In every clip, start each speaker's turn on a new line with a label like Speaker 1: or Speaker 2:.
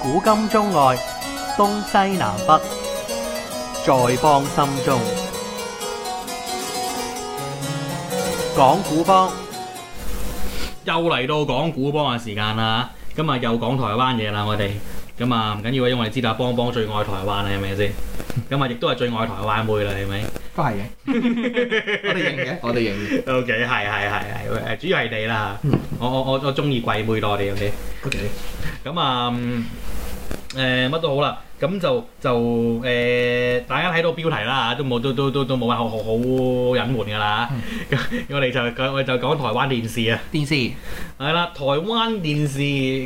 Speaker 1: 古今中外，東西南北，在邦心中。講古幫，
Speaker 2: 又嚟到講古幫嘅時間啦，咁啊又講台灣嘢啦，我哋咁啊唔緊要啊，因為我哋知道阿邦邦最愛台灣啦，係咪先？咁啊，亦都係最愛台灣妹啦，係咪
Speaker 3: 都係嘅，我哋認嘅，我哋認嘅。
Speaker 2: ？OK，係係係係，誒主要係你啦，我我我我中意貴妹多啲，OK。
Speaker 3: O K，
Speaker 2: 咁啊，嗯誒乜、都好啦，咁就就誒、大家睇到標題啦，都冇都都都都冇話好好好隱瞞㗎啦。咁、我哋就講我哋就講台灣電視啊，
Speaker 3: 電視
Speaker 2: 係啦，台灣電視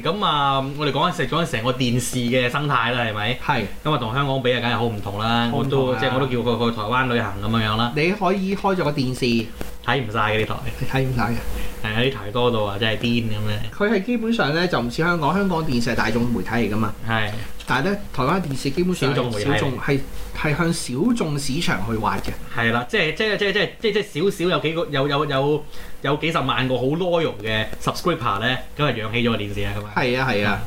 Speaker 2: 咁啊，我哋講緊食講緊成個電視嘅生態啦，係咪？
Speaker 3: 係
Speaker 2: 咁啊，同香港比啊，梗係好唔同啦。嗯
Speaker 3: 好
Speaker 2: 我
Speaker 3: 唔同
Speaker 2: 都
Speaker 3: 啊
Speaker 2: 即係我都叫佢去台灣旅行咁樣樣啦，
Speaker 3: 你可以開咗個電視，
Speaker 2: 睇唔晒嘅呢台，
Speaker 3: 你睇唔晒嘅。
Speaker 2: 係啊，呢台多到啊，真係癲咁樣。
Speaker 3: 佢係基本上咧就唔似香港，香港電視係大眾媒體嚟噶嘛。
Speaker 2: 係
Speaker 3: 但係咧，台灣電視基本上係
Speaker 2: 小眾媒體
Speaker 3: 小眾係係向小眾市場去挖嘅。
Speaker 2: 係啦，即係即係即係即係即係即係少少有幾個有有有有幾十萬個好 loyal 嘅 subscriber 咧，咁係養起咗個電視啊，咁啊，
Speaker 3: 係啊係啊，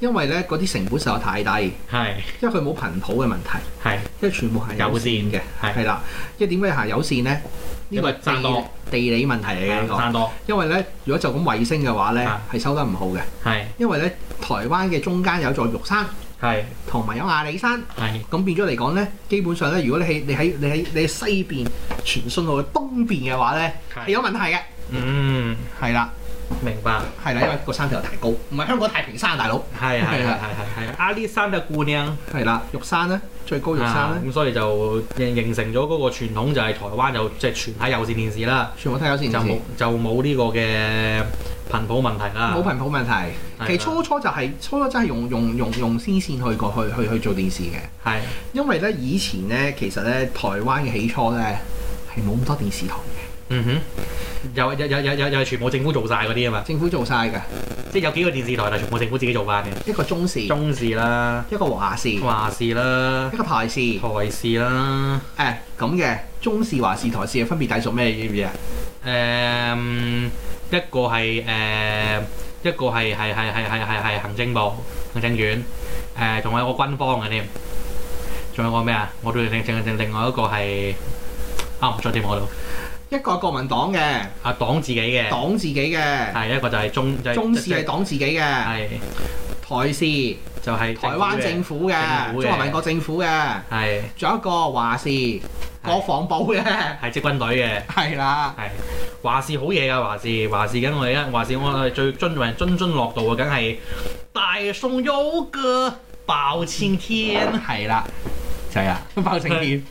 Speaker 3: 因為咧嗰啲成本實在太低，
Speaker 2: 係
Speaker 3: 因為佢冇頻譜嘅問題，
Speaker 2: 係
Speaker 3: 因為全部係
Speaker 2: 有線
Speaker 3: 線嘅。
Speaker 2: 係
Speaker 3: 係啦，因為點解行有線咧？呢
Speaker 2: 因
Speaker 3: 個
Speaker 2: 為
Speaker 3: 係
Speaker 2: 賺
Speaker 3: 地
Speaker 2: 多
Speaker 3: 地理問題嚟嘅呢個，
Speaker 2: 生多
Speaker 3: 因為咧如果就咁衛星嘅話咧
Speaker 2: 啊
Speaker 3: 係收得唔好嘅，
Speaker 2: 係
Speaker 3: 因為咧台灣嘅中間有座玉山。
Speaker 2: 係
Speaker 3: 同埋有阿里山，
Speaker 2: 係
Speaker 3: 咁變咗嚟講咧，基本上咧，如果你喺你喺你喺你喺西邊傳信路嘅東邊嘅話咧，係
Speaker 2: 係
Speaker 3: 有問題嘅。
Speaker 2: 嗯
Speaker 3: 係啦，
Speaker 2: 明白
Speaker 3: 係啦，因為個山頭又太高，唔係香港太平山啊大佬。
Speaker 2: 係係係係係係阿里山嘅姑娘
Speaker 3: 係啦，玉山咧，最高玉山
Speaker 2: 啊
Speaker 3: 咧，
Speaker 2: 咁所以就形形成咗嗰個傳統就係台灣就即係全喺有線電視啦，
Speaker 3: 全部都有線
Speaker 2: 就冇
Speaker 3: 電
Speaker 2: 就冇呢個嘅頻譜問題啦，
Speaker 3: 冇頻譜問題。
Speaker 2: 係
Speaker 3: 其
Speaker 2: 啦
Speaker 3: 實初初就啊係初初真係用用用用先線去過去去去做電視嘅，
Speaker 2: 係
Speaker 3: 因為咧以前咧其實咧台灣嘅起初咧係冇咁多電視台嘅，
Speaker 2: 嗯哼。又又又又又又全部政府做晒嗰啲啊嘛，
Speaker 3: 政府做晒嘅
Speaker 2: 即係有幾個電視台係全部政府自己做翻嘅，
Speaker 3: 一個中視、一
Speaker 2: 中視啦、
Speaker 3: 個華視、一
Speaker 2: 華視啦、
Speaker 3: 個台視。
Speaker 2: 台視啦，
Speaker 3: 誒咁嘅中視、華視、台視嘅分別隸屬咩？你知唔知啊？
Speaker 2: 誒、一個係誒、一個係係係係係係係行政部行政院，誒、仲有個軍方嘅添，仲有個咩啊？我對另另另另外一個係啊唔再添我度
Speaker 3: 一個係國民黨嘅，
Speaker 2: 啊黨自己嘅，
Speaker 3: 黨自己嘅，
Speaker 2: 係一個就係中就係
Speaker 3: 中視
Speaker 2: 就
Speaker 3: 係黨自己嘅，
Speaker 2: 係
Speaker 3: 台視
Speaker 2: 就係
Speaker 3: 台灣政
Speaker 2: 府
Speaker 3: 府
Speaker 2: 政
Speaker 3: 嘅，
Speaker 2: 府嘅
Speaker 3: 中華民國政府嘅，
Speaker 2: 嘅係
Speaker 3: 仲有一個華視國防部嘅，
Speaker 2: 係即軍隊嘅。
Speaker 3: 係啦，
Speaker 2: 係華視好嘢㗎，華視華視緊我哋一華視我哋最津為津津樂道嘅，啊梗係大宋有個包青天
Speaker 3: 係啦，就係啦，包青天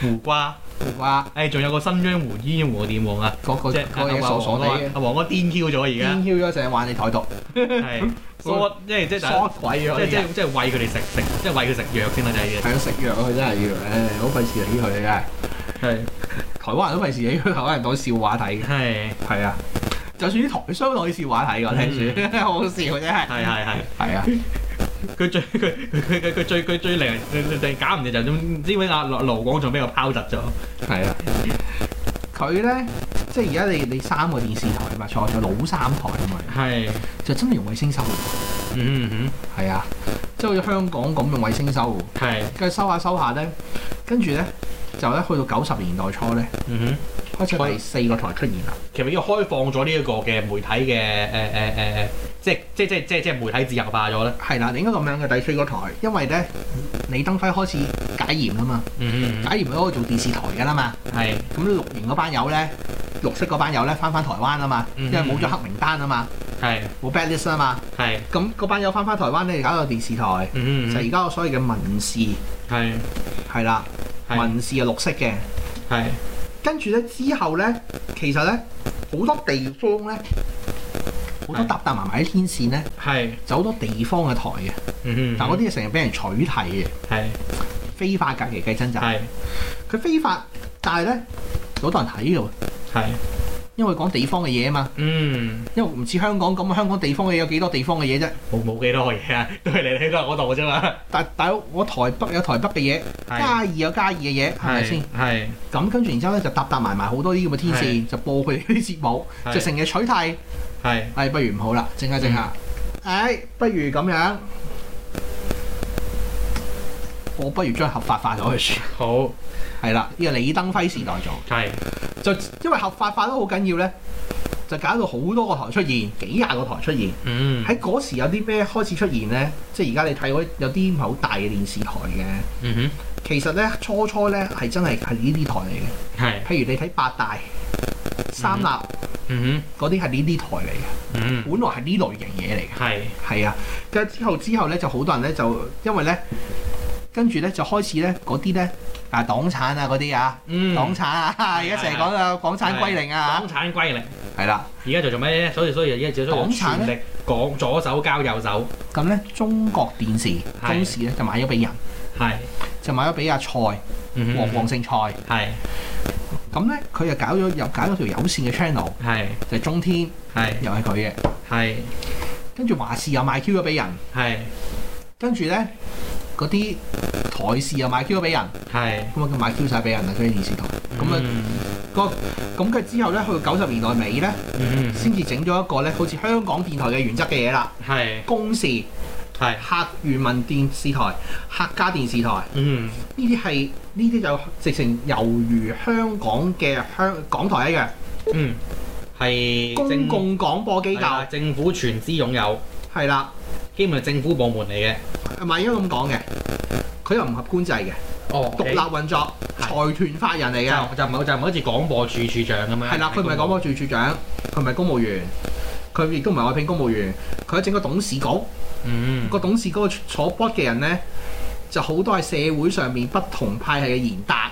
Speaker 2: 胡瓜，
Speaker 3: 哇，
Speaker 2: 誒仲有個新疆胡煙胡點黃啊，
Speaker 3: 嗰個
Speaker 2: 即
Speaker 3: 嗰個嘢傻傻地嘅，
Speaker 2: 阿黃哥癲 Q 咗而
Speaker 3: 癲
Speaker 2: 家，
Speaker 3: 囂咗成日玩你台獨，
Speaker 2: 係疏即係即係大家
Speaker 3: 傻鬼
Speaker 2: 即
Speaker 3: 咗
Speaker 2: 係
Speaker 3: 啲
Speaker 2: 即
Speaker 3: 人，
Speaker 2: 係即係餵佢哋食食，即係餵佢食藥先啦，就係
Speaker 3: 係啊食藥啊佢真係要，誒好費事啊理佢真係，
Speaker 2: 係
Speaker 3: 台灣人都費事理佢，台灣人當笑話睇嘅。
Speaker 2: 係
Speaker 3: 係啊，就算啲台商攞啲笑話睇㗎，聽住 好好笑真係。
Speaker 2: 係係係。
Speaker 3: 係啊，
Speaker 2: 佢最佢佢佢佢最佢最令人佢佢搞唔掂就係點知唔知阿盧廣仲俾我拋窒咗？
Speaker 3: 係啊。佢咧，即係而家你你三個電視台啊嘛，錯咗老三台啊嘛，
Speaker 2: 係
Speaker 3: 就真係用衛星收嘅。
Speaker 2: 嗯嗯
Speaker 3: 係啊，即係好似香港咁用衛星收嘅，
Speaker 2: 嗯係
Speaker 3: 跟住收下收下咧，跟住咧就咧去到九十年代初咧，
Speaker 2: 嗯哼。
Speaker 3: 開始第四個台出現啦。
Speaker 2: 其實已經開放咗呢一個嘅媒體嘅誒誒誒誒，即係即係即係即係即係媒體自由化咗咧。
Speaker 3: 係啦，你應該咁樣嘅第四個台，因為咧李登輝開始解嚴啊嘛，
Speaker 2: 嗯
Speaker 3: 解嚴佢可以做電視台㗎啦嘛。
Speaker 2: 嗯，係
Speaker 3: 咁綠營嗰班友咧，綠色嗰班友咧翻翻台灣啊嘛，
Speaker 2: 嗯
Speaker 3: 因為冇咗黑名單啊嘛，
Speaker 2: 係
Speaker 3: 冇 bad list 啊嘛，
Speaker 2: 係，
Speaker 3: 咁嗰班友翻翻台灣咧，搞個電視台，
Speaker 2: 嗯
Speaker 3: 就而家我所謂嘅民視
Speaker 2: 係
Speaker 3: 係啦，
Speaker 2: 係
Speaker 3: 民視係綠色嘅，
Speaker 2: 係
Speaker 3: 跟住咧之後咧，其實咧好多地方咧，好多
Speaker 2: 係
Speaker 3: 搭搭埋埋啲天線咧，
Speaker 2: 係，
Speaker 3: 就好多地方嘅台嘅，
Speaker 2: 嗯
Speaker 3: 但嗰啲成日俾人取締嘅，
Speaker 2: 係
Speaker 3: 非法隔期計真詐，
Speaker 2: 係
Speaker 3: 佢非法，但係咧好多人睇嘅喎，
Speaker 2: 係，
Speaker 3: 因為講地方嘅嘢啊嘛。
Speaker 2: 嗯，
Speaker 3: 因為唔似香港咁，香港地方嘅嘢有幾多地方嘅嘢啫？
Speaker 2: 冇冇幾多嘢 啊，都係嚟嚟都係嗰度啫嘛。
Speaker 3: 但大佬，我台北有台北嘅嘢，
Speaker 2: Dạ.
Speaker 3: 嘉義有嘉義嘅嘢，係咪先？
Speaker 2: 係
Speaker 3: 咁跟住然之後咧，就搭搭埋埋好多呢啲咁嘅天線，就播佢哋啲節目，
Speaker 2: 係
Speaker 3: 就成日取替。哎
Speaker 2: 係
Speaker 3: 唉，不如唔好啦，靜下靜下。唉，不如咁樣，我不如將合法化咗佢算。
Speaker 2: 好
Speaker 3: 係啦，呢個李登輝時代做，
Speaker 2: 係
Speaker 3: 就因為合法化都好緊要咧，就搞到好多個台出現，幾廿個台出現。
Speaker 2: 嗯
Speaker 3: 喺嗰時有啲咩開始出現咧？即係而家你睇嗰有啲唔係好大嘅電視台嘅，
Speaker 2: 嗯
Speaker 3: 其實咧初初咧係真係係呢啲台嚟嘅。
Speaker 2: 哼係
Speaker 3: 譬如你睇八大、三立
Speaker 2: 嗯
Speaker 3: 嗰啲係呢啲台嚟嘅，
Speaker 2: 哼嗯
Speaker 3: 本來係呢類型嘢嚟嘅。
Speaker 2: 係
Speaker 3: 係啊，跟住之後之後咧就好多人咧就因為咧，跟住咧就開始咧嗰啲咧啊黨產啊嗰啲啊，
Speaker 2: 嗯
Speaker 3: 黨產啊， 而家成日講啊港產歸零啊
Speaker 2: 港，產歸零。
Speaker 3: 係啦，
Speaker 2: 而家就做咩咧？所以所以而家只需要
Speaker 3: 港產呢
Speaker 2: 全力講左手交右手，
Speaker 3: 咁咧中國電視
Speaker 2: 係
Speaker 3: 中視咧就買咗俾人，
Speaker 2: 係
Speaker 3: 就買咗俾阿蔡黃
Speaker 2: 嗯哼
Speaker 3: 黃勝蔡，
Speaker 2: 係
Speaker 3: 咁咧佢就搞咗又搞咗條有線嘅 channel
Speaker 2: 係
Speaker 3: 就係中天
Speaker 2: 係
Speaker 3: 又係佢嘅，
Speaker 2: 係
Speaker 3: 跟住華視又賣 Q 咗俾人，
Speaker 2: 係
Speaker 3: 跟住咧嗰啲台視又賣 Q 咗俾人，咁
Speaker 2: 係
Speaker 3: 啊佢賣 Q 晒俾人啦，嗰啲電視台，咁啊。
Speaker 2: 啊
Speaker 3: 個咁跟住之後咧，去到九十年代尾咧，
Speaker 2: 嗯哼
Speaker 3: 先至整咗一個咧，好似香港電台嘅原則嘅嘢啦，
Speaker 2: 係
Speaker 3: 公視、
Speaker 2: 係
Speaker 3: 客原民電視台、客家電視台，
Speaker 2: 嗯
Speaker 3: 呢啲係呢啲就直情猶如香港嘅香港台一樣，
Speaker 2: 嗯係
Speaker 3: 公
Speaker 2: 政
Speaker 3: 共廣播機
Speaker 2: 係啦
Speaker 3: 構
Speaker 2: 政府全資擁有，
Speaker 3: 係啦，
Speaker 2: 基本係政府部門嚟嘅。
Speaker 3: 唔係應該咁講嘅，佢又唔合官制嘅，
Speaker 2: 哦
Speaker 3: 獨立運作，
Speaker 2: 係
Speaker 3: 財團法人嚟
Speaker 2: 就
Speaker 3: 嘅，
Speaker 2: 就唔係就唔係好似廣播處處長咁樣。
Speaker 3: 係啦，佢唔係廣播處處長，佢唔係公務員，佢亦都唔係外聘公務員，佢整個董事局。
Speaker 2: 嗯
Speaker 3: 個董事嗰個坐 board 嘅人呢，就好多係社會上面不同派系嘅賢達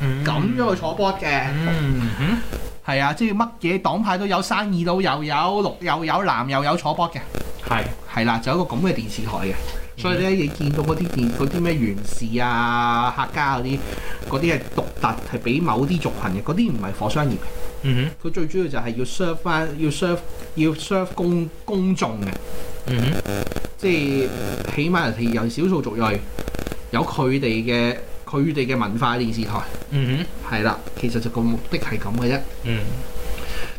Speaker 2: 嗯
Speaker 3: 咁樣去坐 board 嘅。
Speaker 2: 嗯哼
Speaker 3: 係啊，即係乜嘢黨派都有，生意佬又有，綠又有，藍又有坐 board 嘅。
Speaker 2: 係
Speaker 3: 係啦，就有一個咁嘅電視台嘅。所以咧，你見到嗰啲電嗰啲咩袁氏啊、客家嗰啲，嗰啲係獨特，係俾某啲族群嘅，嗰啲唔係火商業嘅。
Speaker 2: 嗯
Speaker 3: 佢最主要就係要 serve 翻，要 serve 要 serve 公公眾嘅。
Speaker 2: 哼嗯哼
Speaker 3: 即係起碼係有少數族裔有佢哋嘅佢哋嘅文化電視台，
Speaker 2: 嗯哼
Speaker 3: 係啦，其實就個目的係咁嘅啫。
Speaker 2: 嗯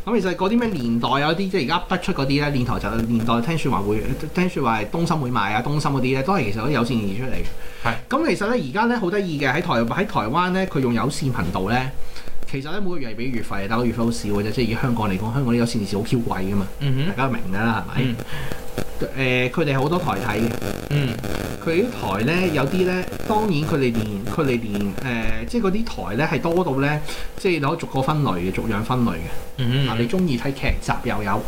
Speaker 3: 咁其實嗰啲咩年代有啲即係而家不出嗰啲咧，電台就年代聽説話會聽説話係東森會賣啊，東森嗰啲咧都係其實都有線電視出嚟嘅。
Speaker 2: 係
Speaker 3: 咁其實咧而家咧好得意嘅喺台喺台灣咧，佢用有線頻道咧，其實咧每個月係俾月費，但係個月費好少嘅啫。即係以香港嚟講，香港啲有線電視好 Q 貴噶嘛，
Speaker 2: 嗯
Speaker 3: 大
Speaker 2: 哼
Speaker 3: 家都明㗎啦，係咪
Speaker 2: 嗯？
Speaker 3: 誒，佢哋好多台睇嘅。
Speaker 2: 嗯
Speaker 3: 佢啲台咧有啲咧，當然佢哋連佢哋連誒、呃即係嗰啲台咧係多到咧，即係你可以逐個分類嘅，逐樣分類嘅。
Speaker 2: 嗯
Speaker 3: 嗱、
Speaker 2: 哼
Speaker 3: 你中意睇劇集又有，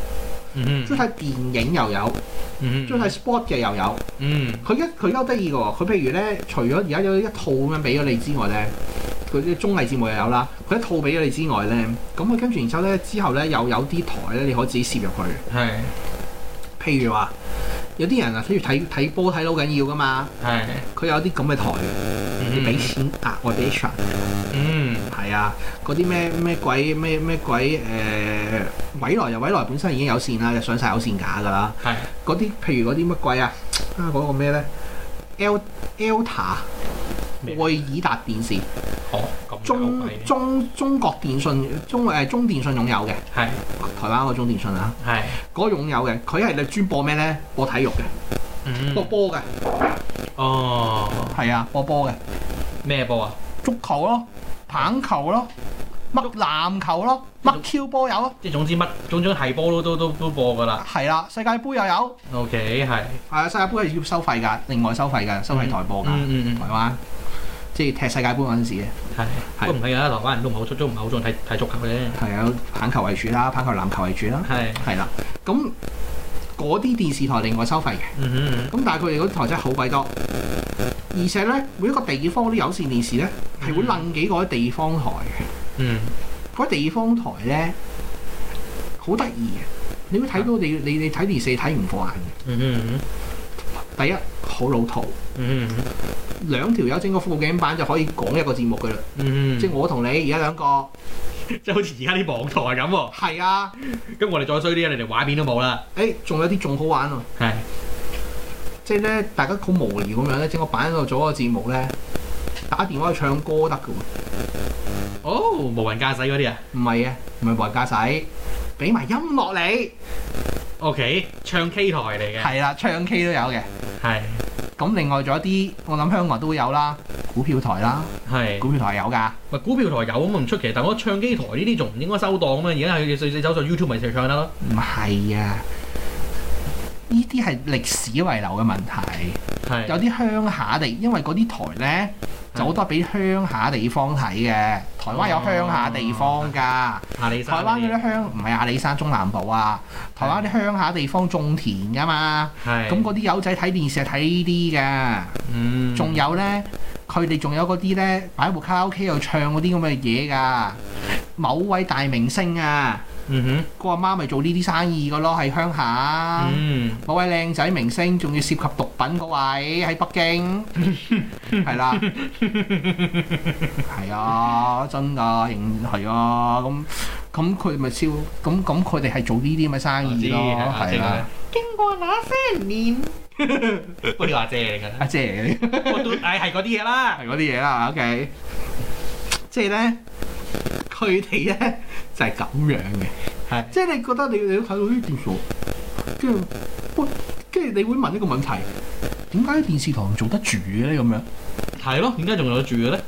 Speaker 2: 嗯
Speaker 3: 中意睇電影又有，
Speaker 2: 嗯
Speaker 3: 中意睇 sport 嘅又有。
Speaker 2: 嗯
Speaker 3: 佢一佢都得意嘅喎，佢譬如咧，除咗而家有一套咁樣俾咗你之外咧，佢啲綜藝節目又有啦。佢一套俾咗你之外咧，咁啊佢跟住然之後咧，之後咧又有啲台咧，你可以自己攝入去。
Speaker 2: 係
Speaker 3: 譬如話，有啲人啊，譬如睇睇波睇到好緊要噶嘛，
Speaker 2: 係
Speaker 3: 佢有啲咁嘅台嘅。要俾錢額外俾 extra
Speaker 2: 嗯
Speaker 3: 係啊，嗰啲咩咩鬼咩咩鬼誒、呃，緯來又緯來本身已經有線啦，又上晒有線架㗎啦。
Speaker 2: 係
Speaker 3: 嗰啲譬如嗰啲乜鬼啊啊嗰、個咩咧？El Elta
Speaker 2: 咩
Speaker 3: 愛爾達電視，
Speaker 2: 哦咁
Speaker 3: 中中中國電信中誒、呃中電信擁有嘅，
Speaker 2: 係
Speaker 3: 台灣嗰個中電信啊，
Speaker 2: 係
Speaker 3: 嗰、個擁有嘅，佢係專播咩咧？播體育嘅，播
Speaker 2: 嗯
Speaker 3: 波嘅，
Speaker 2: 哦
Speaker 3: 係啊，播波嘅，
Speaker 2: 咩波啊？
Speaker 3: 足球咯，棒球咯，乜籃球咯，乜 Q 波有咯。
Speaker 2: 即係總之乜種種係波都都都播㗎啦。
Speaker 3: 係啦，世界盃又有，
Speaker 2: OK 係
Speaker 3: 係啊，世界盃係要收費㗎，另外收費㗎，收費台播㗎，
Speaker 2: 嗯嗯
Speaker 3: 台灣即係踢世界盃嗰陣時咧，
Speaker 2: 嗯係都唔係啊！台灣人都唔係好出，都唔係好中意睇睇足球嘅。
Speaker 3: 係有棒球為主啦，棒球籃球為主啦，
Speaker 2: 係
Speaker 3: 係啦，咁嗰啲電視台另外收費嘅，
Speaker 2: 嗯哼
Speaker 3: 咁但係佢哋嗰啲台真係好鬼多，而且咧每一個地方啲有線電視咧係會楞幾個地方台嘅，
Speaker 2: 嗯
Speaker 3: 嗰啲地方台咧好得意嘅，你會睇到你你你睇電視睇唔過眼嘅，
Speaker 2: 嗯嗯
Speaker 3: 第一好老土。
Speaker 2: 嗯
Speaker 3: 兩條友整個副鏡版就可以講一個節目㗎啦，
Speaker 2: 嗯
Speaker 3: 即係我同你而家兩個
Speaker 2: 即係好似而家啲網台咁喎。
Speaker 3: 係啊，
Speaker 2: 咁我哋再衰啲啊，你哋畫面都冇啦。
Speaker 3: 誒、仲有啲仲好玩喎，
Speaker 2: 係
Speaker 3: 即係咧大家好無聊咁樣咧，整個版喺度做一個節目咧，打電話去唱歌得㗎喎，
Speaker 2: 哦，無人駕駛嗰啲啊。
Speaker 3: 唔係啊，唔係無人駕駛，俾埋音樂你，
Speaker 2: OK，唱 K 台嚟嘅。
Speaker 3: 係啦、唱 K 都有嘅，
Speaker 2: 係
Speaker 3: 咁另外仲有一啲，我諗香港人都會有啦，股票台啦，
Speaker 2: 係。
Speaker 3: 股票台有㗎，
Speaker 2: 喂，股票台有咁唔出奇，但我覺得唱機台呢啲仲唔應該收檔咩？而家佢哋走上 YouTube 咪成日唱得咯。
Speaker 3: 唔係啊，呢啲係歷史遺留嘅問題。
Speaker 2: 係
Speaker 3: 有啲鄉下地，因為嗰啲台咧
Speaker 2: 係
Speaker 3: 就好多俾鄉下地方睇嘅。台灣有鄉下地方㗎，
Speaker 2: 阿里
Speaker 3: 台
Speaker 2: 山嗰
Speaker 3: 灣嗰
Speaker 2: 啲
Speaker 3: 啲鄉唔係阿里山中南部啊，台灣啲鄉下地方種田㗎嘛，
Speaker 2: 係
Speaker 3: 咁嗰啲友仔睇電視係睇呢啲㗎。
Speaker 2: 嗯
Speaker 3: 仲有呢，佢哋仲有嗰啲呢，擺部卡拉 OK 又唱嗰啲咁嘅嘢㗎。某位大明星啊，
Speaker 2: 嗯
Speaker 3: 個阿媽咪做呢啲生意㗎咯，喺鄉
Speaker 2: 哼
Speaker 3: 下。
Speaker 2: 嗯
Speaker 3: 某位靚仔明星仲要涉及毒品嗰位喺 北京，係啦，係啊，真㗎，認係啊，咁咁佢咪燒，咁咁佢哋係做呢啲咁嘅生意咯，
Speaker 2: 我知
Speaker 3: 係
Speaker 2: 係
Speaker 3: 啦
Speaker 2: 啊，
Speaker 3: 經過那些年，
Speaker 2: 嗰啲話姐嚟㗎
Speaker 3: 阿
Speaker 2: 啦，
Speaker 3: 姐嚟嘅
Speaker 2: 我都唉係嗰啲嘢啦。
Speaker 3: 係嗰啲嘢啦，OK，即係咧，佢哋咧就係、咁樣嘅，
Speaker 2: 係
Speaker 3: 即係你覺得你你都睇到呢件傻，跟住喂，跟住你會問一個問題，點解電視台唔做得住嘅咧？咁樣
Speaker 2: 係咯，點解仲有得住嘅咧？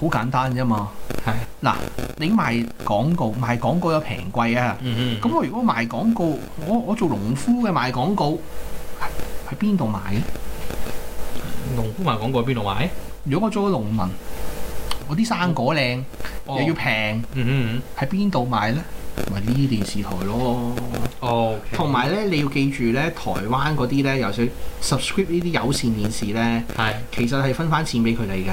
Speaker 3: 好簡單啫嘛，
Speaker 2: 係
Speaker 3: 嗱，你賣廣告賣廣告有平貴啊，
Speaker 2: 嗯
Speaker 3: 咁我如果賣廣告，我我做農夫嘅賣廣告係喺邊度賣嘅？
Speaker 2: 哼，農夫賣廣告喺邊度買？
Speaker 3: 如果我做個農民，我啲生果靚
Speaker 2: 哦
Speaker 3: 又要平。
Speaker 2: 嗯哼
Speaker 3: 喺邊度買呢？咪呢啲電視台咯，
Speaker 2: 嗯哦，
Speaker 3: 同埋咧你要記住咧，台灣嗰啲咧，尤其是 subscribe 呢啲有線電視咧，
Speaker 2: 係
Speaker 3: 其實係分翻錢俾佢哋㗎。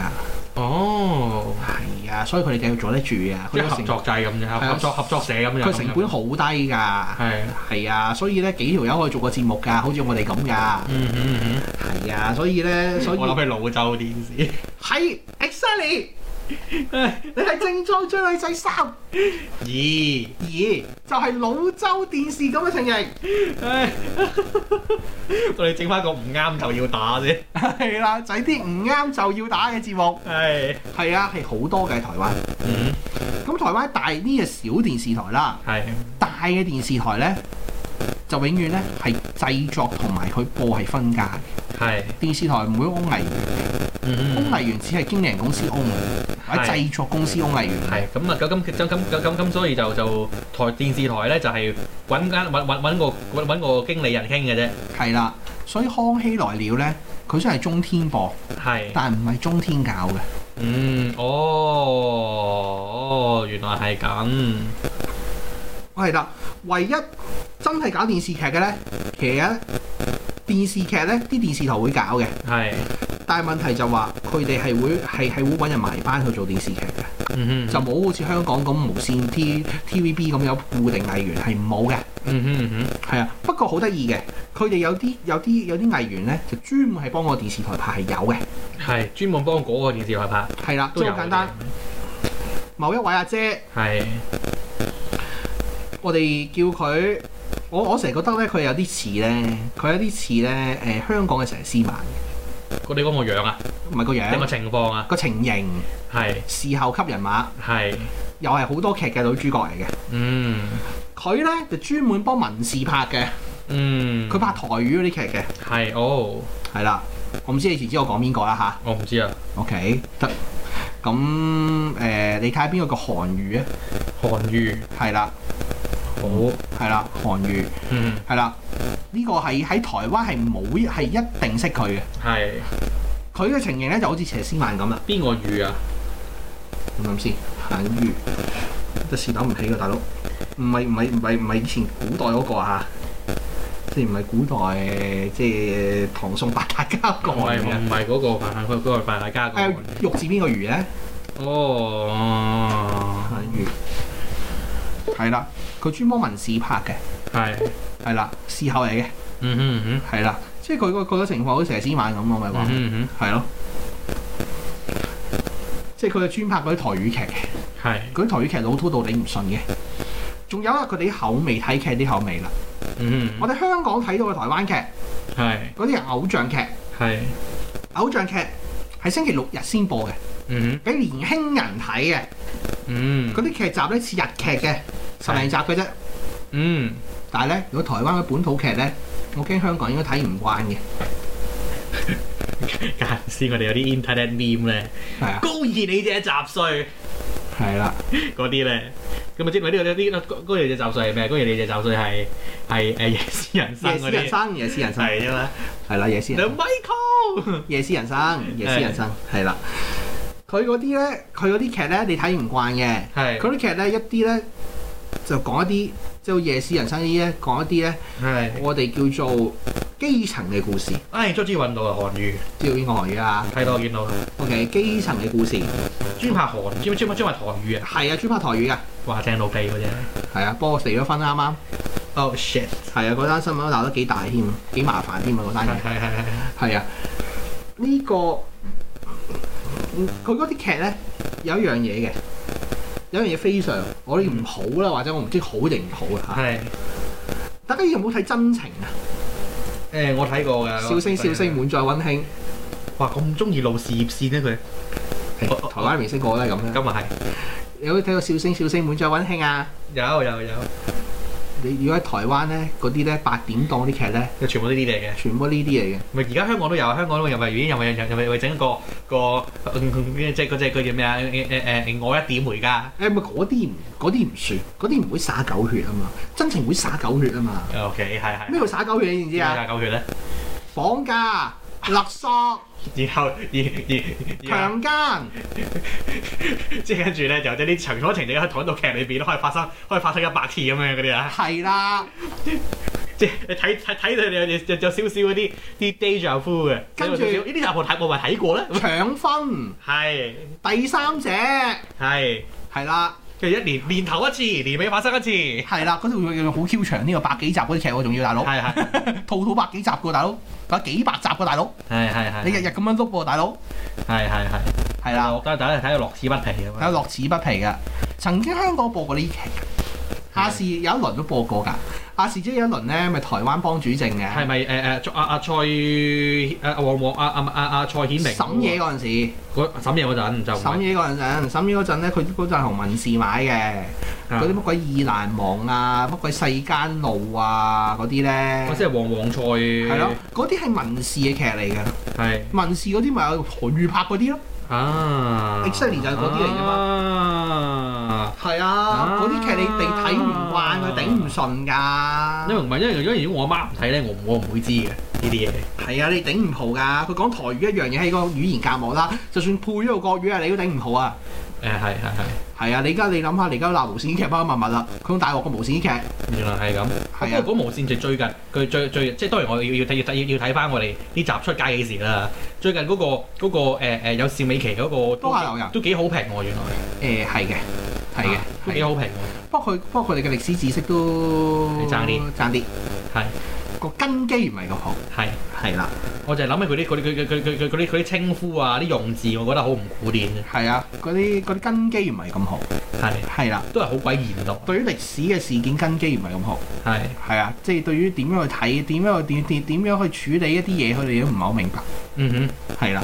Speaker 2: 哦，
Speaker 3: 係啊，所以佢哋繼續做得住啊。
Speaker 2: 即
Speaker 3: 佢
Speaker 2: 係
Speaker 3: 個
Speaker 2: 合
Speaker 3: 成
Speaker 2: 作制咁樣，
Speaker 3: 啊
Speaker 2: 合作合作社咁樣。
Speaker 3: 佢成本好低㗎。
Speaker 2: 係
Speaker 3: 係啊，所以咧幾條友可以做個節目㗎，好似我哋咁㗎。
Speaker 2: 嗯哼嗯哼。
Speaker 3: 係啊，所以咧，所以
Speaker 2: 我諗起老周電視，
Speaker 3: 係 exactly，
Speaker 2: 唉
Speaker 3: 你係正裝追女仔三二，
Speaker 2: 咦，
Speaker 3: 就係老周電視咁嘅 情形。
Speaker 2: 唉我哋整翻個唔啱就要打先，
Speaker 3: 係啦，就係啲唔啱就要打嘅節目。
Speaker 2: 唉，
Speaker 3: 係啊，係好多嘅台灣。
Speaker 2: 嗯，
Speaker 3: 咁台灣大呢嘅小電視台啦，
Speaker 2: 係，
Speaker 3: 大嘅電視台呢，就永遠呢係製作同埋佢播係分家嘅。
Speaker 2: 係，
Speaker 3: 電視台唔會 own 藝員，
Speaker 2: 嗯
Speaker 3: own，藝員只係經理人公司 own，或者
Speaker 2: 係
Speaker 3: 製作公司 own 藝員。
Speaker 2: 係，咁啊，咁咁咁咁咁咁，所以就就台電視台咧就係揾間揾揾揾個揾揾個經理人傾嘅啫，
Speaker 3: 係啦，所以康熙來了呢，佢真係中天播，
Speaker 2: 係，
Speaker 3: 但唔係中天搞嘅。
Speaker 2: 嗯，哦，哦，原來係咁，
Speaker 3: 係啦，唯一真係搞電視劇嘅呢，其實電視劇呢啲電視台會搞嘅。
Speaker 2: 係，
Speaker 3: 但係問題就話佢哋係會係係會揾人埋班去做電視劇嘅，
Speaker 2: 嗯
Speaker 3: 就
Speaker 2: 哼，
Speaker 3: 冇好似香港咁無線 T TVB 咁有固定藝員係冇嘅，
Speaker 2: 嗯哼嗯哼，
Speaker 3: 係啊。不過好得意嘅，佢哋有啲有啲有啲藝員咧就專門係幫個電視台拍係有嘅，
Speaker 2: 係專門幫嗰個電視台拍，
Speaker 3: 係啦，
Speaker 2: 都
Speaker 3: 即
Speaker 2: 有
Speaker 3: 係好簡單。某一位阿姐，
Speaker 2: 嘅，係，
Speaker 3: 我哋叫佢，我我成日覺得咧佢有啲似咧，佢有啲似咧誒香港嘅佘詩曼，
Speaker 2: 我哋講個樣啊，
Speaker 3: 唔係個
Speaker 2: 定個
Speaker 3: 樣
Speaker 2: 情況啊，
Speaker 3: 個情形，
Speaker 2: 係，
Speaker 3: 事後級人馬，
Speaker 2: 係。
Speaker 3: 又係好多劇嘅女主角嚟嘅。
Speaker 2: 嗯，
Speaker 3: 佢咧就專門幫文視拍嘅，
Speaker 2: 嗯，
Speaker 3: 佢拍台語嗰啲劇嘅，
Speaker 2: 係哦，
Speaker 3: 係啦。我唔知你前知我講邊個啦吓
Speaker 2: 我唔知啊，
Speaker 3: OK，得。咁誒、呃你睇下邊個叫韓愈啊？
Speaker 2: 韓愈
Speaker 3: 係啦，
Speaker 2: 好，
Speaker 3: 係啦，韓愈
Speaker 2: 嗯，
Speaker 3: 係啦。呢、個係喺台灣係冇係一定識佢嘅。
Speaker 2: 係
Speaker 3: 佢嘅情形咧就好似佘詩曼咁啦。
Speaker 2: 邊個愈啊？
Speaker 3: 諗諗先，韓愈，即是諗唔起個大佬，唔係唔係唔係唔係以前古代嗰個啊，即係唔係古代即係唐宋八大家
Speaker 2: 唔
Speaker 3: 講
Speaker 2: 係
Speaker 3: 嘅。
Speaker 2: 唔係嗰個凡佢嗰個凡大家
Speaker 3: 誒
Speaker 2: 嗰
Speaker 3: 玉啊字邊個魚咧？
Speaker 2: 個，哦，
Speaker 3: 魚係啦，佢專幫文史拍嘅，
Speaker 2: 係，
Speaker 3: 係啦，事後嚟嘅，
Speaker 2: 嗯哼嗯
Speaker 3: 係啦，即係佢個佢個情況好似佘詩曼咁，我咪
Speaker 2: 哼，
Speaker 3: 話
Speaker 2: 嗯
Speaker 3: 係咯，即係佢係專拍嗰啲台語劇嘅，
Speaker 2: 哼係，
Speaker 3: 嗰啲台語劇老土到你唔信嘅。仲有啦，啊佢哋啲口味睇劇啲口味啦。
Speaker 2: 嗯
Speaker 3: 我
Speaker 2: 哼，
Speaker 3: 哋香港睇到嘅台灣劇，
Speaker 2: 係
Speaker 3: 嗰啲係偶像劇，
Speaker 2: 係，
Speaker 3: 偶像劇係星期六日先播嘅，
Speaker 2: 嗯
Speaker 3: 俾年輕人睇嘅。
Speaker 2: 哼，嗯
Speaker 3: 嗰啲劇集咧似日劇嘅，十零集嘅啫。
Speaker 2: 嗯，
Speaker 3: 但係咧，如果台灣嘅本土劇咧，我驚香港應該睇唔慣嘅。
Speaker 2: 間唔時我哋有啲 internet meme 咧，
Speaker 3: 係啊，
Speaker 2: 高二你隻雜碎
Speaker 3: 係啦，
Speaker 2: 嗰啲咧，咁啊知唔知呢個有啲高高二你隻雜碎係咩？高二你隻雜碎係係誒夜市人生
Speaker 3: 夜
Speaker 2: 嗰
Speaker 3: 市人
Speaker 2: 啲
Speaker 3: 生，夜市人生
Speaker 2: 係啫啊嘛，
Speaker 3: 係啦，夜市人
Speaker 2: 兩
Speaker 3: 生。
Speaker 2: Michael
Speaker 3: 夜市人生，夜市人生係啦。佢嗰啲咧，佢嗰啲劇咧，你睇唔慣嘅。
Speaker 2: 係
Speaker 3: 佢啲劇咧，一啲咧就講一啲即係夜市人生呢啲咧，講一啲咧，
Speaker 2: 係，
Speaker 3: 我哋叫做基層嘅故事。
Speaker 2: 唉終於揾到啊韓語，
Speaker 3: 知道邊個韓語啊
Speaker 2: 睇到我見到
Speaker 3: ？OK，基層嘅故事
Speaker 2: 專拍韓，專專專拍韓語啊，
Speaker 3: 係啊，專拍台語啊，
Speaker 2: 哇正到痹嗰隻
Speaker 3: 係啊，不過死咗婚啦啱啱。
Speaker 2: ，oh shit，
Speaker 3: 係啊，嗰單新聞都鬧得幾大添，幾麻煩添啊嗰單
Speaker 2: 係
Speaker 3: 嘢。
Speaker 2: 係係係。
Speaker 3: 係啊，呢、個嗯佢嗰啲劇咧有一樣嘢嘅，有一樣嘢非常我哋唔好啦，或者我唔知好定唔好啊嚇。
Speaker 2: 係
Speaker 3: 大家有冇睇真情啊？
Speaker 2: 誒，我睇過㗎。
Speaker 3: 笑聲笑聲滿載溫馨，
Speaker 2: 哇！咁中意露事業線咧，佢
Speaker 3: 係台灣明星個個都係哦咁
Speaker 2: 今
Speaker 3: 嘅。
Speaker 2: 日係
Speaker 3: 有冇睇過笑聲笑聲滿載溫馨啊？
Speaker 2: 有有有，
Speaker 3: 你如果喺台灣咧嗰啲咧八點檔啲劇咧，
Speaker 2: 有全部呢啲嚟嘅。
Speaker 3: 全部呢啲嚟嘅。
Speaker 2: 咪而家香港都有，香港都又咪已經又咪又咪又咪整一個個即係嗰隻佢叫咩啊？誒誒誒，我一點回家。
Speaker 3: 誒咪嗰啲唔嗰啲唔算，嗰啲唔會灑狗血啊嘛，真情會灑狗血啊嘛。
Speaker 2: OK，係係。
Speaker 3: 咩叫灑狗血？你知唔知啊？
Speaker 2: 加狗血咧？
Speaker 3: 綁架、勒索、
Speaker 2: 然後然然
Speaker 3: 強姦。
Speaker 2: 即係跟住咧，就即啲場所情景喺同一套劇裏邊都可以發生，可以發生一百次咁樣嗰啲啊！
Speaker 3: 係 啦，
Speaker 2: 即係你睇睇睇到你有有有少少嗰啲啲 deja vu à. 嘅，呢啲集我睇我咪睇過咧，
Speaker 3: 搶婚、
Speaker 2: 係
Speaker 3: 第三者，
Speaker 2: 係。
Speaker 3: 係啦，
Speaker 2: 即係一年年頭一次，年尾發生一次，係
Speaker 3: 係啦，嗰套好 Q 長，呢個百幾集嗰啲劇我仲要大佬，
Speaker 2: 係
Speaker 3: 套套百幾集個大佬，有幾百集個大佬，
Speaker 2: 係係係
Speaker 3: 你日日咁樣碌喎大佬，
Speaker 2: 係係係
Speaker 3: 係
Speaker 2: 係
Speaker 3: 啦，
Speaker 2: 我等陣睇佢樂此不疲啊
Speaker 3: 係啊
Speaker 2: 嘛，
Speaker 3: 樂此不疲嘅。曾經香港播過呢啲劇，亞視有一輪都播過㗎，亞視即係有一輪咧，咪台灣幫主政
Speaker 2: 係
Speaker 3: 嘅，
Speaker 2: 咪誒誒阿阿蔡誒黃黃阿阿阿蔡顯明
Speaker 3: 審嘢嗰陣時。
Speaker 2: 嗰審嘢嗰陣就唔係
Speaker 3: 審嘢嗰陣，嗯審嘢嗰陣咧，佢嗰陣同文士買嘅，
Speaker 2: 啊
Speaker 3: 嗰啲乜鬼意難忘啊，乜鬼世間路啊嗰
Speaker 2: 我
Speaker 3: 啲咧，
Speaker 2: 即係黃黃蔡
Speaker 3: 係
Speaker 2: 係
Speaker 3: 咯，嗰啲係文士嘅劇嚟嘅，
Speaker 2: 係
Speaker 3: 文士嗰啲咪有韓語拍嗰啲咯，
Speaker 2: 啊
Speaker 3: Exactly 就係嗰啲嚟㗎
Speaker 2: 嘛。
Speaker 3: 係啊，嗰啲劇你哋睇唔慣，
Speaker 2: 啊
Speaker 3: 佢頂唔順
Speaker 2: 因
Speaker 3: 㗎，
Speaker 2: 為唔係，因為因為如果我媽唔睇咧，我唔我唔會知嘅呢啲嘢。
Speaker 3: 係啊，你頂唔好㗎，佢講台語一樣嘢喺個語言隔膜啦，就算配咗個國語啊，你都頂唔好啊。
Speaker 2: 誒係係係，
Speaker 3: 係啊，你而家你諗下，你而家鬧無線劇乜乜乜啦，佢用大鑊個無線劇，
Speaker 2: 原來係咁。
Speaker 3: 係
Speaker 2: 不。
Speaker 3: 啊
Speaker 2: 過講無線就最近佢最最即係當然我要要睇要睇要睇翻我哋呢集出街幾時啦。最近嗰、個嗰、個誒、誒有邵美琪嗰個
Speaker 3: 都下流人
Speaker 2: 都幾好評喎，原來啊
Speaker 3: 誒係嘅，係嘅，
Speaker 2: 都
Speaker 3: 係
Speaker 2: 幾
Speaker 3: 嘅。
Speaker 2: 好評喎。
Speaker 3: 不過佢不過佢哋嘅歷史知識都
Speaker 2: 係爭啲，
Speaker 3: 爭啲
Speaker 2: 係
Speaker 3: 個根基唔係咁好，
Speaker 2: 係，
Speaker 3: 係啦，
Speaker 2: 我就係諗起佢啲佢佢佢佢佢佢啲佢啲稱呼啊啲用字，我覺得好唔古典嘅，
Speaker 3: 係啊，嗰啲嗰啲根基唔係咁好，
Speaker 2: 係
Speaker 3: 係啦。
Speaker 2: 都係好鬼現代，
Speaker 3: 對於歷史嘅事件根基唔係咁好，
Speaker 2: 係
Speaker 3: 係啊，即係對於點樣去睇、點樣去點點點樣去處理一啲嘢，佢哋都唔係好明白，
Speaker 2: 嗯哼
Speaker 3: 係啦。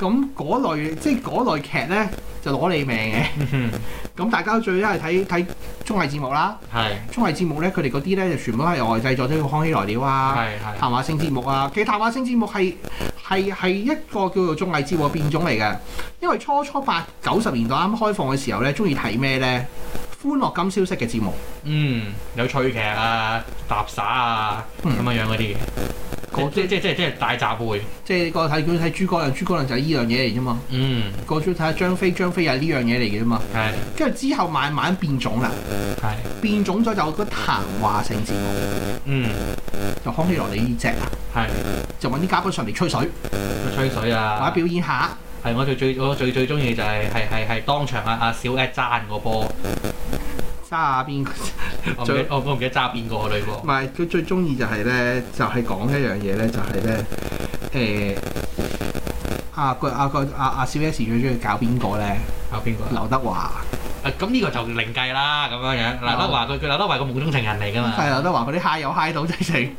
Speaker 3: 咁嗰類即係嗰類劇咧，就攞你命嘅。
Speaker 2: 嗯哼
Speaker 3: 咁大家最一係睇睇綜藝節目啦，
Speaker 2: 係
Speaker 3: 綜藝節目咧，佢哋嗰啲咧就全部都係外製作，即係康熙來了啊。
Speaker 2: 係係
Speaker 3: 談話性節目啊，其實談話性節目係係係一個叫做綜藝節目嘅變種嚟嘅，因為初初八九十年代啱開放嘅時候咧，中意睇咩咧？歡樂今宵式嘅節目，
Speaker 2: 嗯有趣劇啊搭耍啊咁
Speaker 3: 嗯
Speaker 2: 樣樣嗰啲
Speaker 3: 嗰嗯
Speaker 2: 嘅，即即即即係大集會，
Speaker 3: 即係個睇佢睇諸葛亮，諸葛亮就係呢樣嘢嚟啫嘛。
Speaker 2: 嗯
Speaker 3: 個主要睇下張飛，張飛又係呢樣嘢嚟嘅啫嘛。
Speaker 2: 係
Speaker 3: 跟住之後慢慢變種啦，
Speaker 2: 係
Speaker 3: 變種咗就有個談話性節目，
Speaker 2: 嗯
Speaker 3: 就康熙來了呢只啦，
Speaker 2: 係。
Speaker 3: 就揾啲嘉賓上嚟吹水
Speaker 2: 吹水
Speaker 3: 或者
Speaker 2: 啊！
Speaker 3: 表演下，
Speaker 2: 係我最最我最最中意就係係係係當場啊阿小 at 爭個波，
Speaker 3: 揸下邊個。
Speaker 2: 我唔記
Speaker 3: 最
Speaker 2: 得我我唔記得揸邊個個女喎
Speaker 3: 唔。係佢最中意就係咧，就係、講一樣嘢咧，就係咧誒啊個啊個啊啊小 S 最中意搞邊個咧？
Speaker 2: 有邊個啊？
Speaker 3: 劉德華
Speaker 2: 啊咁呢個就另計啦，咁樣樣。劉德華佢佢劉德華個夢中情人嚟㗎
Speaker 3: 嗯係
Speaker 2: 嘛？
Speaker 3: 劉德華嗰啲嗨又嗨到真係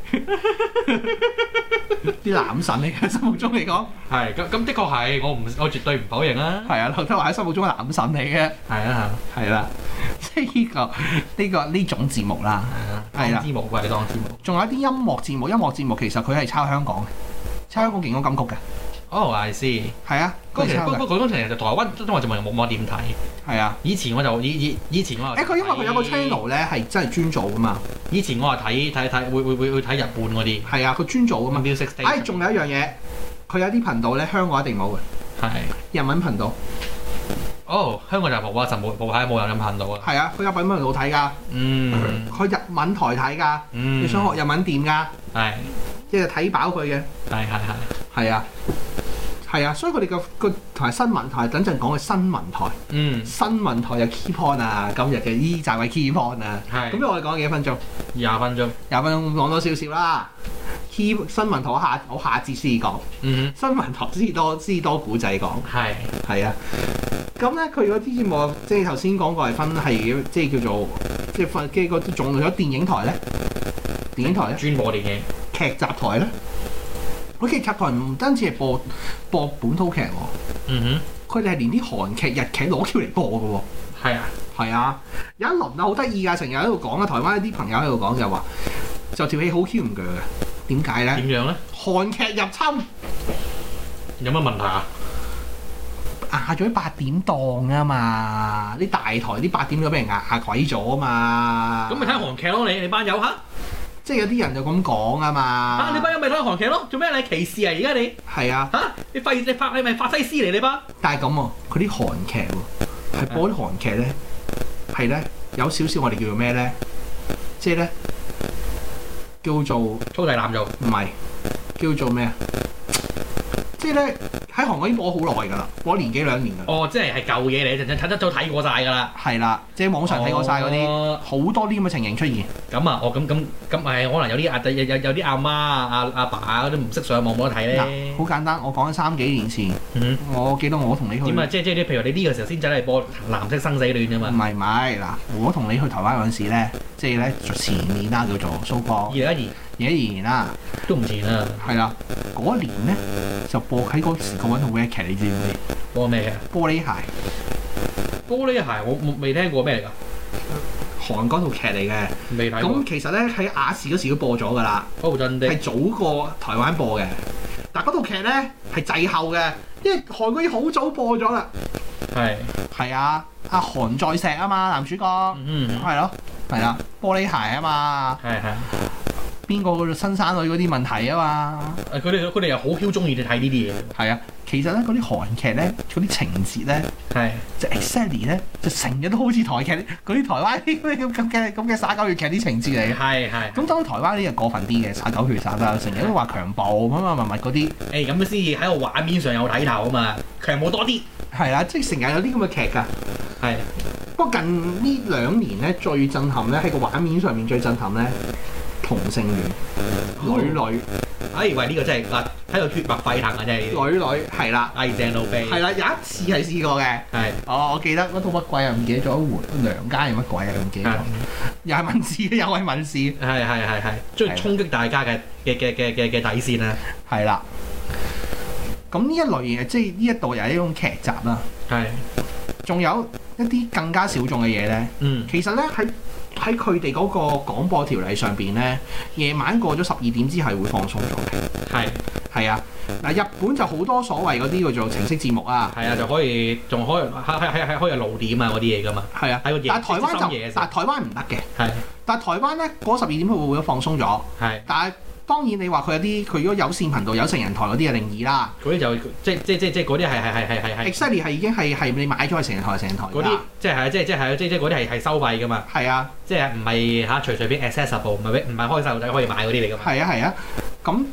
Speaker 3: 啲男神嚟嘅心目中嚟講
Speaker 2: 係咁咁的確係，我唔我絕對唔否認啦。
Speaker 3: 係啊，劉德華喺心目中係男神嚟嘅，
Speaker 2: 係啊
Speaker 3: 係啦，即係呢個呢、個呢種節目啦，
Speaker 2: 係啊，當
Speaker 3: 係啦
Speaker 2: 之無愧當之無
Speaker 3: 仲有一啲音樂節目，音樂節目其實佢係抄香港嘅，抄香港勁歌金曲嘅，
Speaker 2: 哦，I see。
Speaker 3: 係啊，
Speaker 2: 嗰
Speaker 3: 嗰
Speaker 2: 個其實
Speaker 3: 抄
Speaker 2: 嗰
Speaker 3: 嘅，
Speaker 2: 嗰嗰種其實就台灣中華節目又冇冇點睇。
Speaker 3: 係啊。
Speaker 2: 以前我就以以以前我
Speaker 3: 誒，佢因為佢有個 channel 咧係真係專做噶嘛，
Speaker 2: 以前我係睇睇睇會會會會睇日本嗰啲
Speaker 3: 係啊，佢專做噶嘛。
Speaker 2: music station。
Speaker 3: 誒，仲有一樣嘢，佢有啲頻道咧，香港一定冇嘅，
Speaker 2: 係
Speaker 3: 日文頻道
Speaker 2: 哦，香港就冇啊，就冇冇睇冇有咁頻道啊。
Speaker 3: 係啊，佢有日文頻道睇㗎，
Speaker 2: 嗯
Speaker 3: 佢日文台睇㗎，
Speaker 2: 嗯，
Speaker 3: 你想學日文點㗎，
Speaker 2: 係
Speaker 3: 即係睇飽佢嘅。
Speaker 2: 係係係
Speaker 3: 係啊，係啊，所以佢哋個個同埋新聞台，等陣講嘅新聞台，
Speaker 2: 嗯
Speaker 3: 新聞台有 key point 啊，今日嘅依集嘅 key point 啊。咁
Speaker 2: 係
Speaker 3: 我哋講幾多分鐘？
Speaker 2: 廿分鐘。
Speaker 3: 廿分鐘講多少少啦。key 新聞台我下我下節先講，
Speaker 2: 嗯
Speaker 3: 新聞台先多先多古仔講。
Speaker 2: 哼係
Speaker 3: 係啊，咁咧佢嗰啲節目，即係頭先講過係分係即係叫做即係分即係嗰啲種類咗電影台咧，電影台咧，
Speaker 2: 專播電影。
Speaker 3: 劇集台咧。佢劇集台唔單止係播播本土劇喎，
Speaker 2: 嗯
Speaker 3: 佢哋係連啲韓劇、日劇攞 Q 嚟播嘅喎。
Speaker 2: 哼係啊
Speaker 3: 係啊，有一輪啊好得意㗎，成日喺度講啊，台灣啲朋友喺度講就話，就條戲好 Q 唔鋸嘅，點解
Speaker 2: 點
Speaker 3: 咧？
Speaker 2: 樣咧？
Speaker 3: 韓劇入侵
Speaker 2: 有乜問題啊？
Speaker 3: 壓咗啲啊八點檔啊嘛，啲大台啲八點檔俾人壓壓鬼咗啊嘛。
Speaker 2: 咁咪睇韓劇咯，你你班友嚇
Speaker 3: 即係有啲人就咁講啊嘛。
Speaker 2: 啊！你班友咪睇韓劇咯，做咩你歧視啊？而家你
Speaker 3: 係啊，
Speaker 2: 嚇你法你法你咪法西斯嚟你班？
Speaker 3: 但係咁喎，佢啲韓劇喎，係播啲韓劇咧，係咧有少少我哋叫做咩咧，即係咧叫做唔
Speaker 2: 粗製濫造。
Speaker 3: 係叫做咩啊？即係咧喺韓國已經播好耐㗎啦，播咗年幾兩年㗎啦。
Speaker 2: 哦，即係係舊嘢嚟，陣陣睇得早睇過晒㗎啦。
Speaker 3: 係啦，即係網上睇過晒嗰啲，
Speaker 2: 哦
Speaker 3: 好多啲咁嘅情形出現。
Speaker 2: 咁啊，哦咁咁咁係，可能有啲阿有有有啲阿媽啊、阿阿爸啊嗰啲唔識上網冇得睇咧
Speaker 3: 嗱，好。簡單，我講緊三幾年前，
Speaker 2: 嗯，
Speaker 3: 我記得我同你去，
Speaker 2: 點啊？
Speaker 3: 唔
Speaker 2: 即係即係你譬如你呢個時候先走嚟播藍色生死戀啫嘛。
Speaker 3: 係唔係嗱，我同你去台灣嗰陣時咧，即係咧前年啦叫做蘇
Speaker 2: 二
Speaker 3: 哥，
Speaker 2: 零一
Speaker 3: 而家年啦。
Speaker 2: 二都唔前啦，
Speaker 3: 係啦，嗰一年咧就播喺嗰時講緊套咩劇，你知唔知？
Speaker 2: 播咩嘅？
Speaker 3: 玻璃鞋，
Speaker 2: 玻璃鞋我冇未聽過咩嚟㗎？
Speaker 3: 韓國套劇嚟嘅。
Speaker 2: 未睇過
Speaker 3: 咁。其實咧喺亞視嗰時都播咗㗎啦，
Speaker 2: 哦，真的
Speaker 3: 係。早過台灣播嘅。但嗰套劇咧係滯後嘅，因為韓國已經好早播咗啦。
Speaker 2: 係。
Speaker 3: 係啊，阿韓在石啊嘛，男主角
Speaker 2: 嗯，
Speaker 3: 係咯，係啦，玻璃鞋啊嘛，
Speaker 2: 係係。
Speaker 3: 邊個嗰個新生女嗰啲問題啊嘛，
Speaker 2: 誒佢哋佢哋又好 Q 中意你睇呢啲嘢。
Speaker 3: 係啊。其實咧嗰啲韓劇咧，嗰啲情節咧。
Speaker 2: 係。
Speaker 3: 就 exactly 咧，就成日都好似台劇嗰啲台灣啲咁咁嘅咁嘅耍狗血劇啲情節嚟嘅。
Speaker 2: 係係。
Speaker 3: 咁當然台灣呢就過分啲嘅，耍狗血耍得，成日都話強暴乜乜乜乜嗰啲，
Speaker 2: 誒咁先至喺個畫面上有睇頭啊嘛，強冇多啲。
Speaker 3: 係啦，即係成日有啲咁嘅劇㗎。
Speaker 2: 係。
Speaker 3: 不過近呢兩年咧最震撼咧喺個畫面上面最震撼咧，同性戀女女
Speaker 2: 哎喂，呢個真係嗱，喺度血脈沸騰啊！真係呢啲。
Speaker 3: 女女係啦。
Speaker 2: 哎正老味。
Speaker 3: 係啦，有一次係試過嘅，
Speaker 2: 係。
Speaker 3: 哦，我記得嗰套乜鬼啊，唔記得咗，回娘家係乜鬼啊，唔記得咗
Speaker 2: 係，
Speaker 3: 又係文字，又係文字，
Speaker 2: 係係係係，即係衝擊大家嘅嘅嘅嘅嘅嘅底啊線啦。
Speaker 3: 係啦。咁呢一類型嘅，即係呢一度又係一種劇集啦。
Speaker 2: 係，
Speaker 3: 仲有一啲更加小眾嘅嘢咧，
Speaker 2: 嗯，
Speaker 3: 其實咧喺喺佢哋嗰個廣播條例上邊咧，夜晚過咗十二點之後係會放鬆咗嘅。
Speaker 2: 係
Speaker 3: 係啊，嗱日本就好多所謂嗰啲叫做程式節目啊，
Speaker 2: 係啊，就可以仲可以係係係係可以有露點啊嗰啲嘢噶嘛。
Speaker 3: 係啊，
Speaker 2: 喺個夜
Speaker 3: 但係台灣
Speaker 2: 深夜
Speaker 3: 就
Speaker 2: 嘅時候
Speaker 3: 但係台灣唔得嘅，
Speaker 2: 係
Speaker 3: 但係台灣咧過咗十二點佢會放鬆咗，
Speaker 2: 係
Speaker 3: 但係當然你話佢有啲佢如果有線頻道有成人台嗰啲係另議啦
Speaker 2: 嗰啲就即即即即嗰啲係係係係係係
Speaker 3: ，exactly 係已經係係你買咗係成人台係成人台㗎
Speaker 2: 嗰啲即係即即係即即嗰啲係係收費噶嘛，
Speaker 3: 係啊。
Speaker 2: 即係唔係嚇隨隨便 accessible，唔係俾唔係開細路仔可以買嗰啲嚟噶嘛。
Speaker 3: 係啊係啊，咁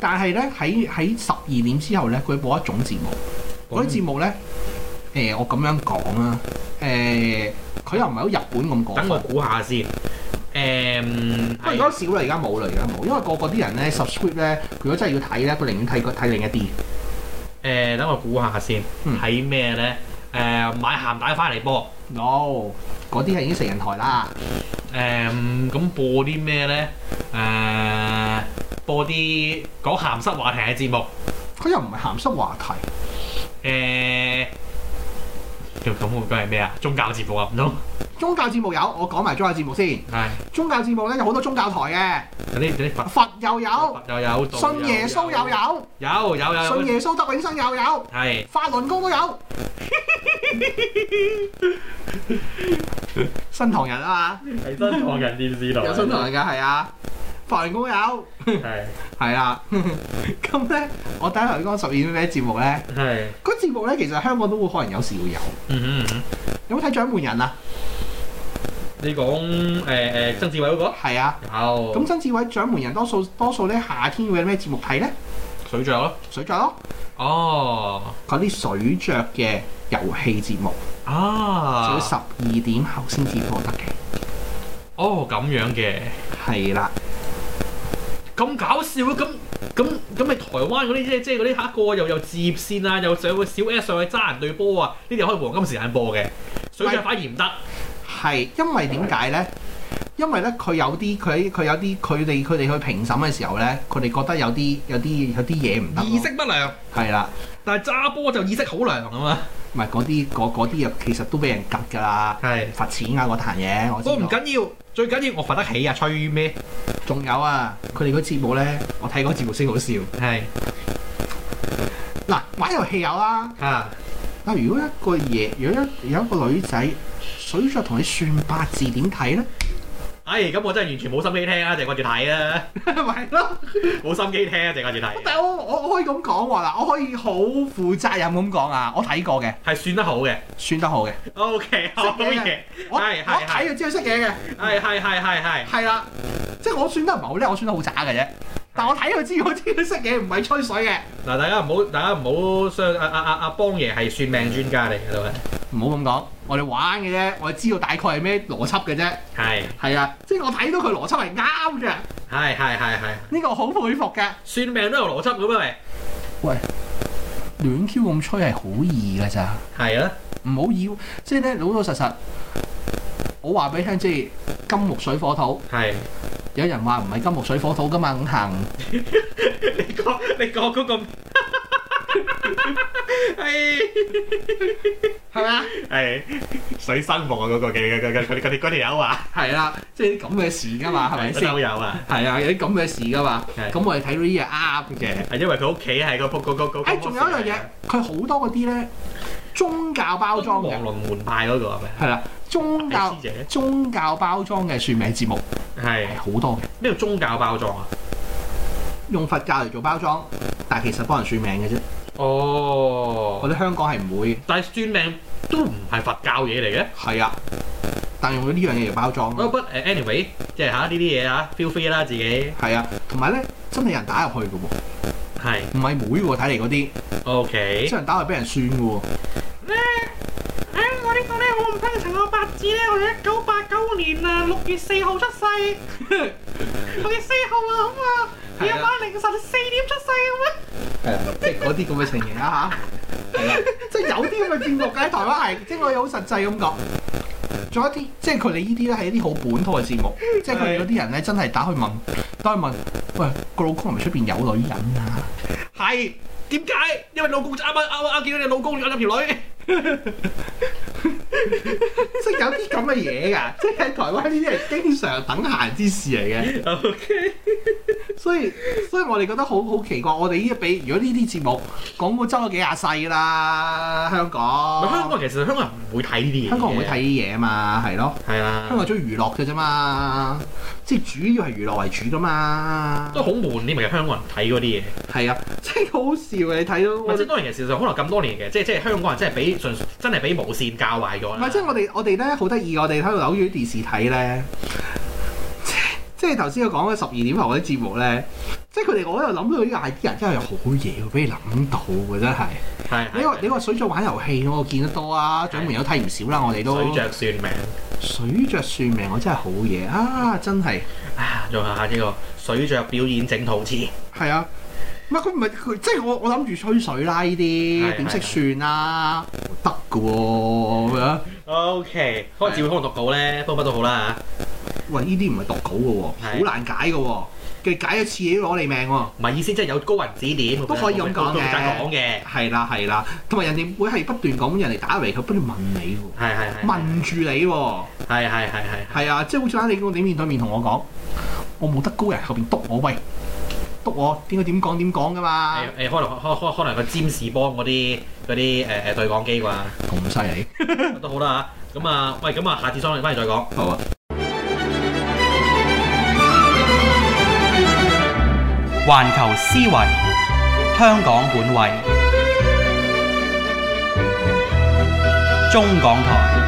Speaker 3: 但係咧喺喺十二點之後咧，佢播一種節目，
Speaker 2: 嗯
Speaker 3: 嗰啲節目咧，誒、我咁樣講啦，誒、佢又唔係好日本咁講，
Speaker 2: 等我估下先。誒，
Speaker 3: 不過而家少啦，而家冇啦，而家冇，因為個個啲人咧 subscribe 咧，如果真係要睇咧，佢寧願睇個睇另一啲，
Speaker 2: 誒，等我估下先，
Speaker 3: 嗯
Speaker 2: 睇咩咧？誒，買鹹蛋翻嚟播。
Speaker 3: no，嗰啲係已經成人台啦，
Speaker 2: 誒咁、播啲咩咧？誒、播啲講鹹濕話題嘅節目。
Speaker 3: 佢又唔係鹹濕話題，
Speaker 2: 誒、叫咁會講係咩啊？宗教節目啊，唔通
Speaker 3: 宗教節目有，我講埋宗教節目先。
Speaker 2: 係
Speaker 3: 宗教節目咧有好多宗教台
Speaker 2: 有啲有啲
Speaker 3: 嘅，
Speaker 2: 佛
Speaker 3: 佛又有，
Speaker 2: 又有道
Speaker 3: 信耶穌又有，
Speaker 2: 有有有
Speaker 3: 信耶穌得永生又有，
Speaker 2: 係
Speaker 3: 法輪功都 有。新唐人啊
Speaker 2: 係新唐人電視台
Speaker 3: 嘛，有新唐人㗎，係啊，法輪功有，
Speaker 2: 係
Speaker 3: 係啊啦。 咁咧，我第一頭先講十二點咩節目咧？
Speaker 2: 係
Speaker 3: 嗰節目咧其實香港都會可能有時會有。
Speaker 2: 嗯哼嗯哼。
Speaker 3: 有冇睇掌門人啊？
Speaker 2: 你講誒誒曾志偉嗰個
Speaker 3: 係啊。
Speaker 2: 有
Speaker 3: 咁曾志偉掌門人多數多數咧夏天會有咩節目睇咧？
Speaker 2: 水象咯，
Speaker 3: 水著咯，
Speaker 2: 哦
Speaker 3: 嗰啲水著嘅遊戲節目，就
Speaker 2: 啊
Speaker 3: 要十二點後先至播得嘅。
Speaker 2: 哦咁樣嘅，
Speaker 3: 係啦，
Speaker 2: 咁搞笑啊咯，咁咁咁咪台灣嗰啲即係即係嗰啲黑個又又置業線啊，又上個小 S 上去揸人對波啊，呢啲可以黃金時間播嘅，水象反而唔得，
Speaker 3: 係因為點解咧？因為咧佢有啲佢佢有啲佢哋佢哋去評審嘅時候咧，佢哋覺得有啲有啲有啲嘢唔得咯。
Speaker 2: 意識不良，
Speaker 3: 係啦，
Speaker 2: 但係揸波就意識好良啊嘛，
Speaker 3: 唔係嗰啲嗰嗰啲啊，其實都俾人夾㗎啦，
Speaker 2: 係
Speaker 3: 罰錢啊嗰壇嘢。我知
Speaker 2: 我唔
Speaker 3: 道。
Speaker 2: 緊要，最緊要我罰得起啊，吹咩？
Speaker 3: 仲有啊，佢哋嗰節目咧，我睇嗰節目先好笑。
Speaker 2: 係
Speaker 3: 嗱，玩遊戲有啦、
Speaker 2: 啊，
Speaker 3: 嗱，如果一個嘢，如果一有一個女仔水著同你算八字點睇 咧？
Speaker 2: 哎咁我真係完全冇心機聽啊，淨係 掛住睇啦，
Speaker 3: 咪係咯，
Speaker 2: 冇心機聽啊，淨係掛住睇，
Speaker 3: 但係我我我可以咁講喎，嗱，我可以好負責任咁講啊，我睇過嘅，
Speaker 2: 係算得好嘅。
Speaker 3: 算得好嘅，
Speaker 2: O K，好
Speaker 3: 啊
Speaker 2: 嘢，
Speaker 3: 我我
Speaker 2: 係係係
Speaker 3: 睇就知道識嘢嘅，
Speaker 2: 係係係係係，
Speaker 3: 係啦，即係我算得唔係好叻，我算得好渣嘅啫，但我睇就知我知佢識嘢，唔係吹水嘅，
Speaker 2: 嗱，大家唔好，大家唔好相阿阿阿阿邦爺係算命專家嚟嘅都係，
Speaker 3: 唔好咁講，我哋玩嘅啫，我哋知道大概係咩邏輯嘅啫，
Speaker 2: 係
Speaker 3: 係啊，即係我睇到佢邏輯係啱嘅，呢、
Speaker 2: 係係係係，
Speaker 3: 個我好佩服嘅。
Speaker 2: 算命都有邏輯嘅咩？
Speaker 3: 亂 Q 咁吹係好易㗎咋。
Speaker 2: 係啊，
Speaker 3: 唔好要，即係咧老老實實，我話俾你聽，即係金木水火土。
Speaker 2: 係
Speaker 3: 有人話唔係金木水火土噶嘛，五行
Speaker 2: 你講你講嗰個，係
Speaker 3: 係咪啊？
Speaker 2: 係水生木啊嗰個嘅嘅嘅嘅啲嗰條友啊，
Speaker 3: 係啦，即係啲咁嘅事噶嘛，係咪先？
Speaker 2: 有啊，
Speaker 3: 係啊，有啲咁嘅事噶嘛。
Speaker 2: 係
Speaker 3: 咁我哋睇到呢嘢啱嘅。
Speaker 2: 係因為佢屋企係個仆嗰個嗰
Speaker 3: 誒，仲有一樣嘢，佢好多嗰啲咧宗教包裝嘅
Speaker 2: 黃，龍門派嗰個係咪？
Speaker 3: 係啦，宗教
Speaker 2: 師姐
Speaker 3: 宗教包裝嘅算命節目
Speaker 2: 係
Speaker 3: 係好多嘅，
Speaker 2: 呢個宗教包裝啊？
Speaker 3: 用佛教嚟做包裝，但係其實幫人算命嘅啫。
Speaker 2: 哦
Speaker 3: 我。哋香港係唔會嘅，
Speaker 2: 但係算命都唔係佛教嘢嚟嘅。
Speaker 3: 係啊，但用咗呢樣嘢嚟包裝咯
Speaker 2: 不。不誒，anyway，即係 uh, 嚇呢啲嘢嚇，feel free 啦自己。
Speaker 3: 係啊，同埋咧，真係有人打入去嘅喎，
Speaker 2: 係
Speaker 3: 唔係妹喎，睇嚟嗰啲，真
Speaker 2: ，OK
Speaker 3: 係。人打入去俾人算嘅喎，
Speaker 4: 唉，我呢個咧，我唔聽陳我八字咧，我係一九八九年啊六月四號出世，六月四號啊，咁啊，夜晚凌晨四點出世咁啊，
Speaker 3: 係啊，即係嗰啲咁嘅情形 啦吓，係啦，啊即係有啲咁嘅節目嘅，台灣係，即係我哋好實際咁講。仲有一啲，即係佢哋呢啲咧係一啲好本土嘅節目，即係佢哋嗰啲人咧真係打去問，打去問，喂個老公係咪出邊有女 人啊？
Speaker 2: 係點解？因為老公啱啱啱啊啱見到你老公有咗條女。
Speaker 3: 即係有啲咁嘅嘢㗎，即係喺台灣呢啲係經常等閒之事嚟嘅。
Speaker 2: OK。
Speaker 3: 所以所以我哋覺得好好奇怪，我哋呢一比如果呢啲節目廣告周咗幾廿世啦，香港
Speaker 2: 香港其實香港人唔會睇呢啲嘢。
Speaker 3: 哦香港唔會睇。呢啲嘢嘛，係咯，
Speaker 2: 係啦。
Speaker 3: 香港中意娛樂嘅啫嘛，即係主要係娛樂為主噶嘛
Speaker 2: 都，好悶啲，咪香港人睇嗰啲嘢。
Speaker 3: 係啊，真係好好笑啊嘅，你睇
Speaker 2: 或
Speaker 3: 到我
Speaker 2: 者
Speaker 3: 哋。
Speaker 2: 當然其實上可能咁多年嘅，即係即係香港人真係俾純真係俾無線教壞咗
Speaker 3: 唔
Speaker 2: 啦。
Speaker 3: 係，即係我哋我哋咧好得意，我哋喺度扭住啲電視睇咧，即係頭先我講嘅十二點後嗰啲節目咧，即係佢哋我喺度諗到呢個 idea 真係好嘢喎，俾你諗到嘅真係。
Speaker 2: 係係
Speaker 3: 你話你話水著玩遊戲，我見得多啊，掌門有睇唔少啦，我哋都
Speaker 2: 水着算命。
Speaker 3: 水著算命，我真係好嘢啊！真係
Speaker 2: 啊，仲有下呢個水着表演整陶瓷。
Speaker 3: 係啊，唔係佢唔係佢，即係我我諗住吹水啦，呢啲
Speaker 2: 係
Speaker 3: 點識算啊？得嘅喎咁樣，
Speaker 2: O K，開始會可能讀稿咧，不過乜都好啦
Speaker 3: 喂呢啲唔係讀稿嘅喎，
Speaker 2: 係
Speaker 3: 好難解嘅喎，
Speaker 2: 嚇。
Speaker 3: 佢解咗次嘢都攞你命喎。
Speaker 2: 唔係意思，即係有高人指點，
Speaker 3: 都可以咁講嘅
Speaker 2: 都唔使講嘅，
Speaker 3: 係啦係啦，同埋人哋會係不斷咁人哋打嚟，佢不斷問你喎，
Speaker 2: 係係係，
Speaker 3: 問住你喎，
Speaker 2: 係係係係
Speaker 3: 係啊，即係好似啱你講，你面對面同我講，我冇得高人後邊督我喂，督我應該點講點講噶嘛，
Speaker 2: 係誒誒，啊可能可可可能個占士邦嗰啲嗰啲誒誒對講機啩，
Speaker 3: 咁犀利，
Speaker 2: 都好啦嚇。咁啊，喂，咁啊，下次再翻嚟再講。
Speaker 3: 好啊。
Speaker 1: 環球思維，香港本位，中港台。